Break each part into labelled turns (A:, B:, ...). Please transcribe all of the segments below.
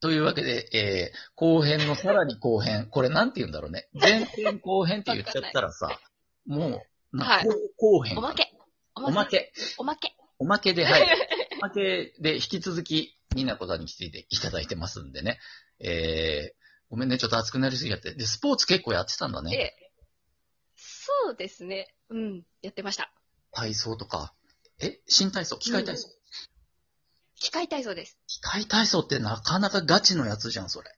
A: というわけで、えー、後編のさらに後編、これなんて言うんだろうね。前編後編って言っちゃったらさ、もう、な
B: はい
A: 後後編。
B: おま。け。お
A: おま。け。
B: おまけ。
A: おまけで、はい。おまけで、引き続き、みなこさんに来ていただいてますんでね。えー、ごめんね、ちょっと熱くなりすぎちゃって。で、スポーツ結構やってたんだね。
B: で、 そうですね。うん。やってました。
A: 体操とか。え新体操機械体操、
B: 機械体操です。
A: 機械体操ってなかなかガチのやつじゃん、それ。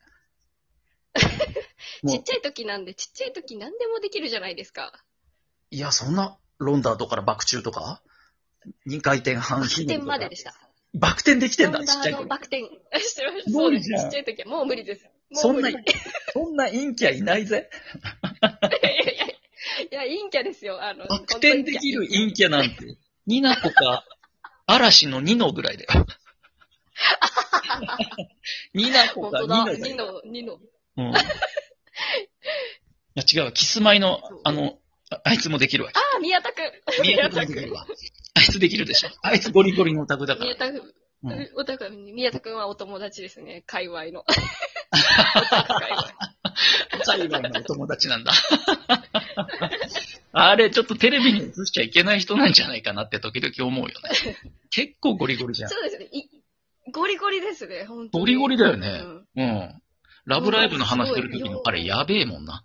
A: も
B: ち
A: う
B: っちゃい時なんで、ちっちゃい時何でもできるじゃないですか。
A: いや、そんな、ロンダーとからバク宙とか ?2 回転半ひ
B: 起
A: ねり
B: 点
A: とか
B: まででした。
A: バク転できてんだ、
B: ロン
A: ち
B: ダ
A: っちゃい
B: ーの
A: 頃。
B: バク転してまし
A: す
B: た。
A: ご
B: そう
A: い
B: で
A: じ
B: す。
A: ゃん
B: ちっちゃい時はもう無理です。も
A: そ
B: うん無
A: な
B: 理。い、
A: そんな陰キャいないぜ。
B: やいやいや、いや、陰キャですよ。あの、
A: バク転できる陰キャなんて、ニナコか、嵐のニノぐらいだ よ。ニナコ
B: 本
A: か
B: 当
A: ニ
B: だ。
A: ノだ
B: 2
A: よ。
B: の、2の。
A: うん、いや違うわ、キスマイの
B: そう、
A: あの、ああいつもできるわ。
B: ああ、宮田くん。
A: 宮田君できるわ。あいつできるでしょ。あいつゴリゴリのオタクだから
B: 宮。田くん。
A: うん
B: おたくん、宮田くんはお友達ですね。界隈の。お宅界隈
A: 海外のお友達なんだ。 あれ、ちょっとテレビに映しちゃいけない人なんじゃないかなって時々思うよね。結構ゴリゴリじゃん。
B: そうですね。いゴリゴリですね、本当に。
A: ゴリゴリだよね
B: うん
A: うん。ラブライブの話する時
B: すごい
A: の
B: よ
A: あれやべえもんな。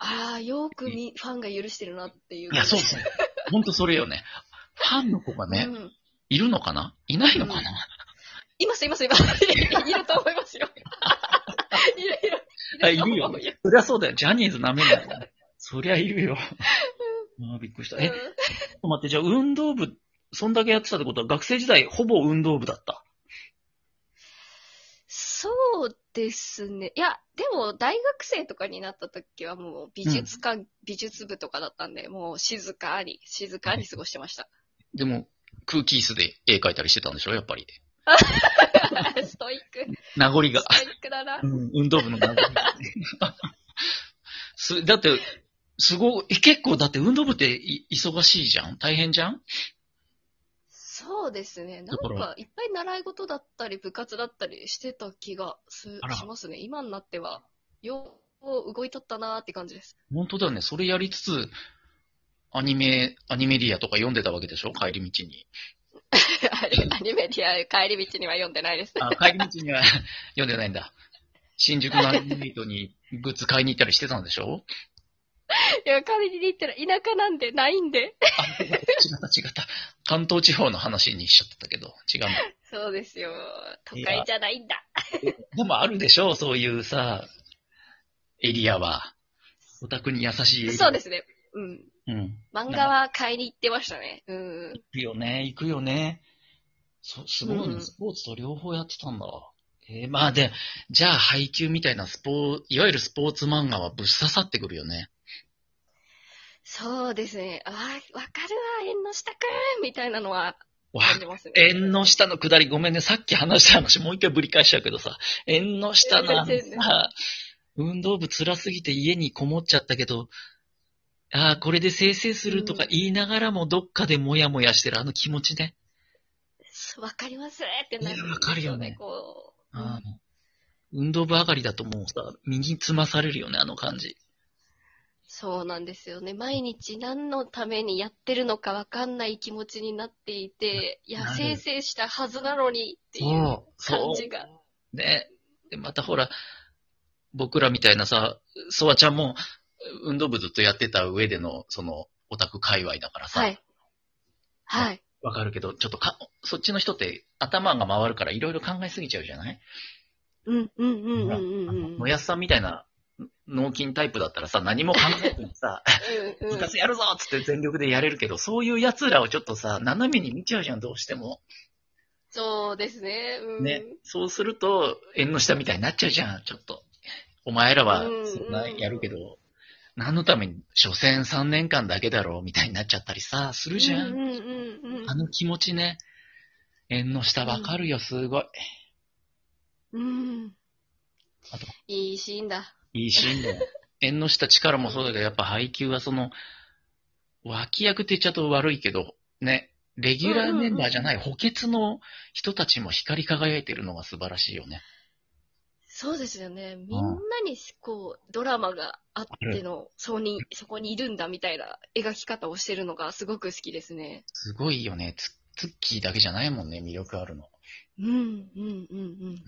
B: ああ、よーくみファンが許してるなっていう。
A: いや、そうそう。ほんとそれよね。ファンの子がね
B: う、ん
A: いるのかないないのか
B: うん
A: ない
B: ます、いま す、います。いると思いますよ。いる、いる。
A: あいるよね。そりゃそうだよ。ジャニーズ舐めんなよね。そりゃいるよ。 ああびっくりした。
B: うん
A: え、ちょっと待って、じゃあ運動部、そんだけやってたってことは学生時代ほぼ運動部だった。
B: そうですね。いや、でも、大学生とかになった時はもう美術館、美術部とかだったんで、もう静かに、静かに過ごして ました。
A: でも、空気椅子で絵描いたりしてたんでしょやっぱり。
B: ストイック。
A: 名残が。
B: ストイックだな。
A: うん、運動部の名残が。 す、だって、すごい、結構だって運動部ってい忙しいじゃん大変じゃん
B: そうですね。
A: だ
B: なん
A: から
B: か、いっぱい習い事だったり、部活だったりしてた気がす
A: あら
B: しますね。今になっては、よう動いとったなーって感じです。
A: 本当だよね。それやりつつ、アニメ、アニメディアとか読んでたわけでしょ帰り道に。
B: あれアニメディア、帰り道には読んでないです。
A: あ、帰り道には 読んでないんだ。新宿のアニメイトにグッズ買いに行ったりしてたんでしょ
B: いや、帰りに行ったら田舎なんで、ないんで。
A: あ、 違った違った。関東地方の話にしちゃってたけど、違うんだ。
B: そうですよ。都会じゃないんだ。
A: でもあるでしょう、そういうさ、エリアは。オタクに優しいエリア。
B: そうですね。うん。
A: うん。
B: 漫画は買いに行ってましたね。うん。
A: 行くよね、行くよね。そ、すごいね、
B: うん
A: スポーツと両方やってたんだ。えー、まあで、じゃあ配給みたいなスポー、いわゆるスポーツ漫画はぶっ刺さってくるよね。
B: そうですね。あーわかるわ、縁の下くんみたいなのは
A: わ
B: 感じますね。
A: 縁の下の下り、ごめんね、さっき話した話もう一回ぶり返しちゃうけどさ、縁の下 のあの
B: 全然ね
A: さ、運動部辛すぎて家にこもっちゃったけど、ああ、これで生成するとか言いながらもどっかでモヤモヤしてるあの気持ちね。
B: わかりますってなる。
A: いやわかるよね
B: こう。
A: あの運動部上がりだともうさ、身につまされるよね、あの感じ。
B: そうなんですよね。毎日何のためにやってるのかわかんない気持ちになっていて、いや
A: な、る
B: せいせいしたはずなのにっていう
A: そう、
B: 感
A: そ
B: じが。
A: う。ね。でまたほら、僕らみたいなさ、ソワちゃんも運動部ずっとやってた上での、その、オタク界隈だからさ、わ、
B: はい。はい。
A: かるけど、ちょっとか、そっちの人って頭が回るからいろいろ考えすぎちゃうじゃない、
B: うん、うん、うん、うん、うん
A: あ
B: うん
A: のもやすさんみたいな脳筋タイプだったらさ、何も考えずに さ、
B: うん。う
A: 部
B: ん。
A: 活やるぞっつって全力でやれるけど、そういう奴らをちょっとさ、斜めに見ちゃうじゃん、どうしても。
B: そうですね。うん。
A: ね、そうすると、縁の下みたいになっちゃうじゃん、ちょっと。お前らは、そんなやるけど、何のために、所詮3年間だけだろう、みたいになっちゃったりさ、するじゃん。
B: うん、うん、うん
A: あの気持ちね、縁の下わかるよ、すごい。
B: うん。うん
A: あと。
B: いいシーンだ。
A: いいシーンだよ。縁の下力もそうだけど、やっぱ配給はその、脇役って言っちゃうと悪いけど、ね、レギュラーメンバーじゃない補欠の人たちも光り輝いてるのが素晴らしいよね。
B: そうですよね。みんなに、こう、ドラマがあっての、そうに、そこにいるんだみたいな描き方をしてるのがすごく好きですね。
A: すごいよね。ツツッキーだけじゃないもんね、魅力あるの。
B: うん、うん、うん、うん。
A: うん。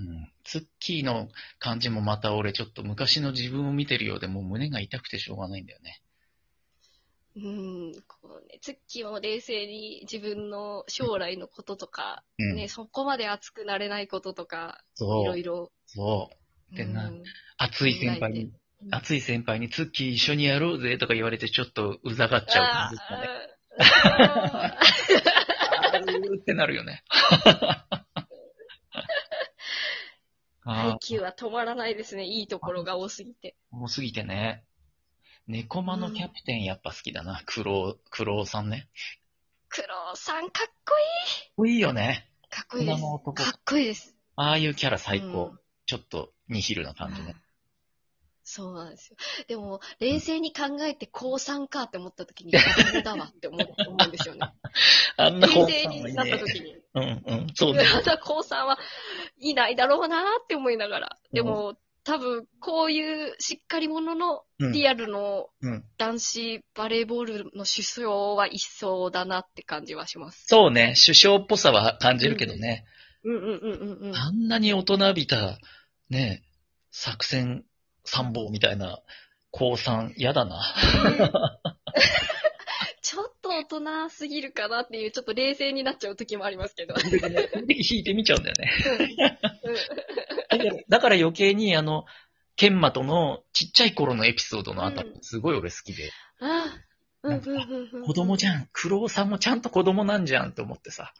A: ツッキーの感じもまた俺ちょっと昔の自分を見てるようでもう胸が痛くてしょうがないんだよね。
B: うん、こうね、ツッキーも冷静に自分の将来のこととか、
A: うん。
B: ね、そこまで熱くなれないこととか、い
A: そ
B: ろ
A: う
B: い。ろ。
A: そう。でな
B: うん
A: 熱い先輩に、
B: うん
A: 熱い先輩にツッキー一緒にやろうぜとか言われてちょっとうざがっちゃう感
B: あ
A: じですかね。
B: ーあー
A: うーってなるよ ね。ああ
B: 配、給は止まらないですね。いいところが多すぎて。
A: 多すぎてね。猫間のキャプテンやっぱ好きだな。黒、黒尾さんね。
B: クロさん、かっ
A: かっこいいよね。
B: こいい。かっこいいです。
A: 女の男
B: かっこいいです。
A: ああいうキャラ最
B: う
A: 高
B: ん。
A: ちょっとニヒルな感じね。
B: そうなんですよ。でも、冷静に考えて、高3かって思った時に、学生だわって思う思うんですよね。
A: あんな
B: 冷
A: 本
B: 静
A: さん
B: にな
A: は
B: っ
A: い
B: た
A: ね。
B: 時に。
A: うんうん。そう ね。
B: まだ高3はいないだろうなって思いながら。でも、多分、こういうしっかり者の
A: うん
B: リアルの
A: うん。
B: 男子バレーボールの主将は一層だなって感じはします。
A: そうね。首相っぽさは感じるけどね。
B: うんうんうんうんうん。
A: あんなに大人びた、ね、作戦参謀みたいな、高三嫌だな。
B: ちょっと大人すぎるかなっていう、ちょっと冷静になっちゃう時もあります けど。
A: 時々引いてみちゃうんだよね。
B: うん
A: だから だから余計に、あの、ケンマとのちっちゃい頃のエピソードのあたり
B: う、ん
A: すごい俺好きで、
B: ああ、うんうんうんうん。
A: 子供じ
B: ゃん。
A: ゃん、クロさんもちゃんと子供なんじゃんと思ってさ、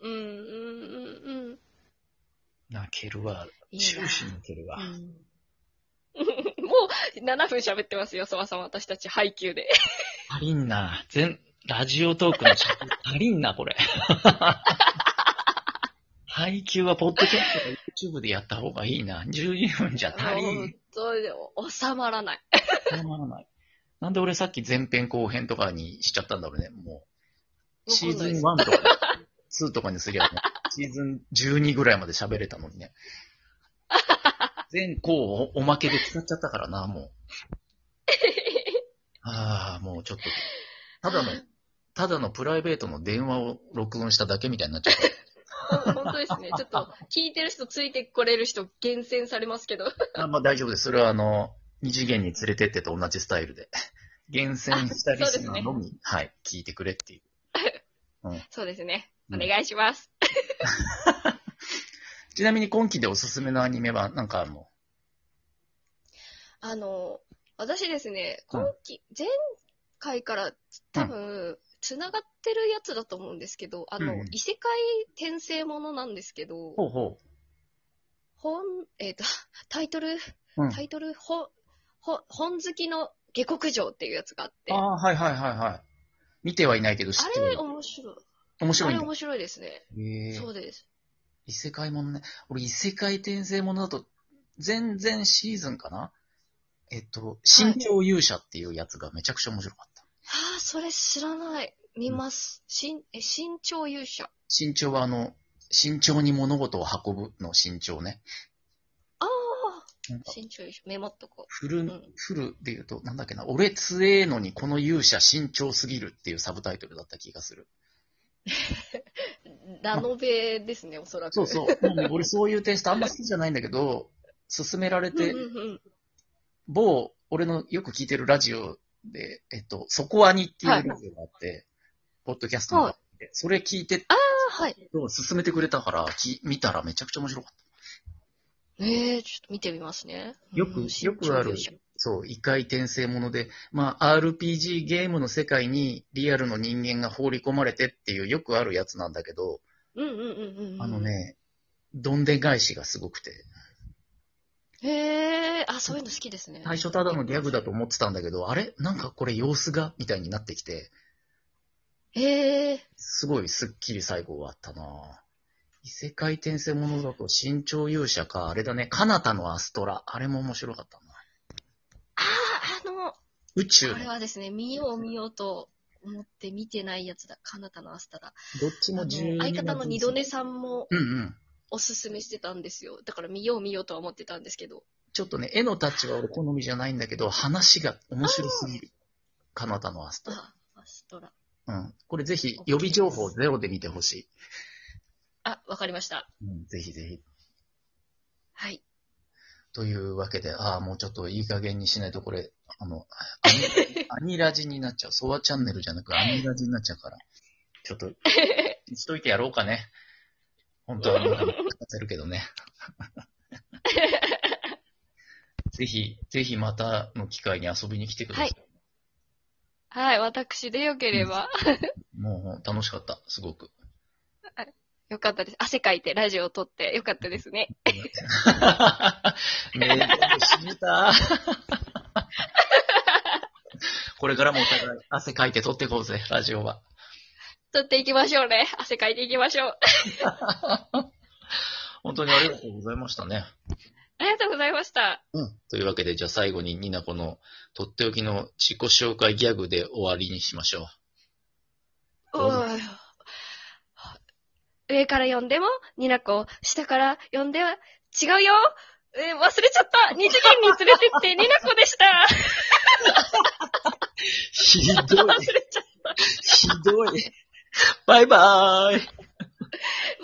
B: うんうんうんうん。
A: 泣けるわ、
B: いい
A: 終始
B: な。
A: 泣けるわ。
B: うん もう7分喋ってますよ、そわさん私たち、配給で。
A: 足りんな、全、ラジオトークの尺足りんな、こ れ。配給はポッドキャストとか YouTube でやった方がいいな。12分じゃ足り。
B: もうんそう収まらない。
A: 収まらない。なんで俺さっき前編後編とかにしちゃったんだろうね、もう。シーズン1とか、2とかにすりゃね、シーズン12ぐらいまで喋れたのにね。前後をおまけで使っちゃったからな、もう。ああ、もうちょっと、ただの、ただのプライベートの電話を録音しただけみたいになっちゃった。
B: うん本当 ですね。ちょっと、聞いてる人、ついてこれる人、厳選されますけど。
A: あまあ大丈夫です。それはあの、二次元に連れてってと同じスタイルで。厳選したリスナーのみ、はい、聞いてくれっていう。
B: そうですね。
A: う
B: お
A: ん
B: 願いします。
A: ちなみに今期でおすすめのアニメはなんかも
B: あの、私ですね、
A: うん
B: 今期、前回から多分、つながってるやつだと思うんですけど、あの、
A: うんうん
B: 異世界転生ものなんですけど
A: う。、ほうほ
B: 本、えっ、と、 タイトル、
A: う。うん、
B: タイトル、本、本本好きの下克上っていうやつがあって、
A: あ
B: あ
A: あー、はいはいはいはい。見てはいないけど知って
B: れ
A: る。
B: 面白い。
A: 面白
B: あ
A: い
B: れ
A: んだ。
B: 面白いですね。
A: へえ
B: そうです。
A: 異世界ものね。俺異世界転生ものだと、全然シーズンかなえっと、新潮勇者っていうやつがめちゃくちゃ面白かった。
B: ああ、それ知らない。見ます。新、え、新潮勇者。
A: 新潮はあの、慎重に物事を運ぶの慎重ね。
B: ああ、
A: なんか
B: 新潮勇者。メモっとこ
A: フル、
B: ん
A: フルで言うと、なんだっけな、俺強えのにこの勇者慎重すぎるっていうサブタイトルだった気がする。
B: う。ラノベですね、おそらく。
A: そうそう。もうね俺そういうテイストあんま好きじゃないんだけど、勧められて
B: うん、うんうん、
A: 某、俺のよく聞いてるラジオで、えっと、そこアニっていうラジオがあって、ポッドキャストがあって、それ聞いて、
B: あはい。
A: 勧めてくれたから、き見たらめちゃくちゃ面白かった。
B: ええちょっと見てみますね。
A: よく
B: うん
A: よくある
B: 新潮勇者
A: そう、異界転生もので、まあ、RPG ゲームの世界にリアルの人間が放り込まれてっていうよくあるやつなんだけど、
B: うんうんうんうんうん。
A: あの。ね、どんでん返しがすごくて、
B: へえあ、そういうの好きですね。
A: 最初ただのギャグだと思ってたんだけど、あれなんかこれ様子がみたいになってきて、
B: へえ
A: すごいスッキリ最後はあったなぁ異世界転生ものだと、新潮勇者か、あれだね、彼方のアストラ。あれも面白かったな
B: ああ、あの、
A: 宇宙
B: あれ
A: の、
B: はですね、見よう見ようと思って見てないやつだ。カナタのアスタだ。
A: どっちも
B: あの
A: 12
B: 相方の二度
A: ね
B: 寝さんも
A: うんうん。
B: おすすめしてたんですよ。だから見よう見ようとは思ってたんですけど。
A: ちょっとね、絵のタッチは俺好みじゃないんだけど、話が面白すぎる。カナタのアスタ。
B: あ、アストラ。
A: うん。これぜひ予備情報ゼロで見てほし
B: あ、わかりました。
A: い。うん、ぜひぜひ。
B: はい。
A: というわけで、ああ、もうちょっといい加減にしないとこれ、あの、アニ アニラジになっちゃう。ソワチャンネルじゃなくアニラジになっちゃうから。ちょっと、しといてやろうかね。本当はなんか任せるけ どね。ぜひ、ぜひまたの機会に遊びに来てください。
B: は はい、私でよければ。
A: もう楽しかった、すご く。
B: よかったです。汗かいてラジオを撮ってよかったですね。
A: ねえ、死ね た。これからもお互い汗かいて撮ってこうぜ、ラジオは。
B: 撮っていきましょうね。汗かいていきましょう。
A: 本当にありがとうございましたね。
B: ありがとうございました。
A: うん。というわけで、じゃあ最後にニナコのとっておきの自己紹介ギャグで終わりにしましょう。どうぞ
B: おー上から呼んでも、ニナコ、下から呼んでは、違うよえー忘れちゃった二次元に連れてって、ニナコで した
A: ひどい
B: 忘れちゃった
A: ひどい。バイバーイ。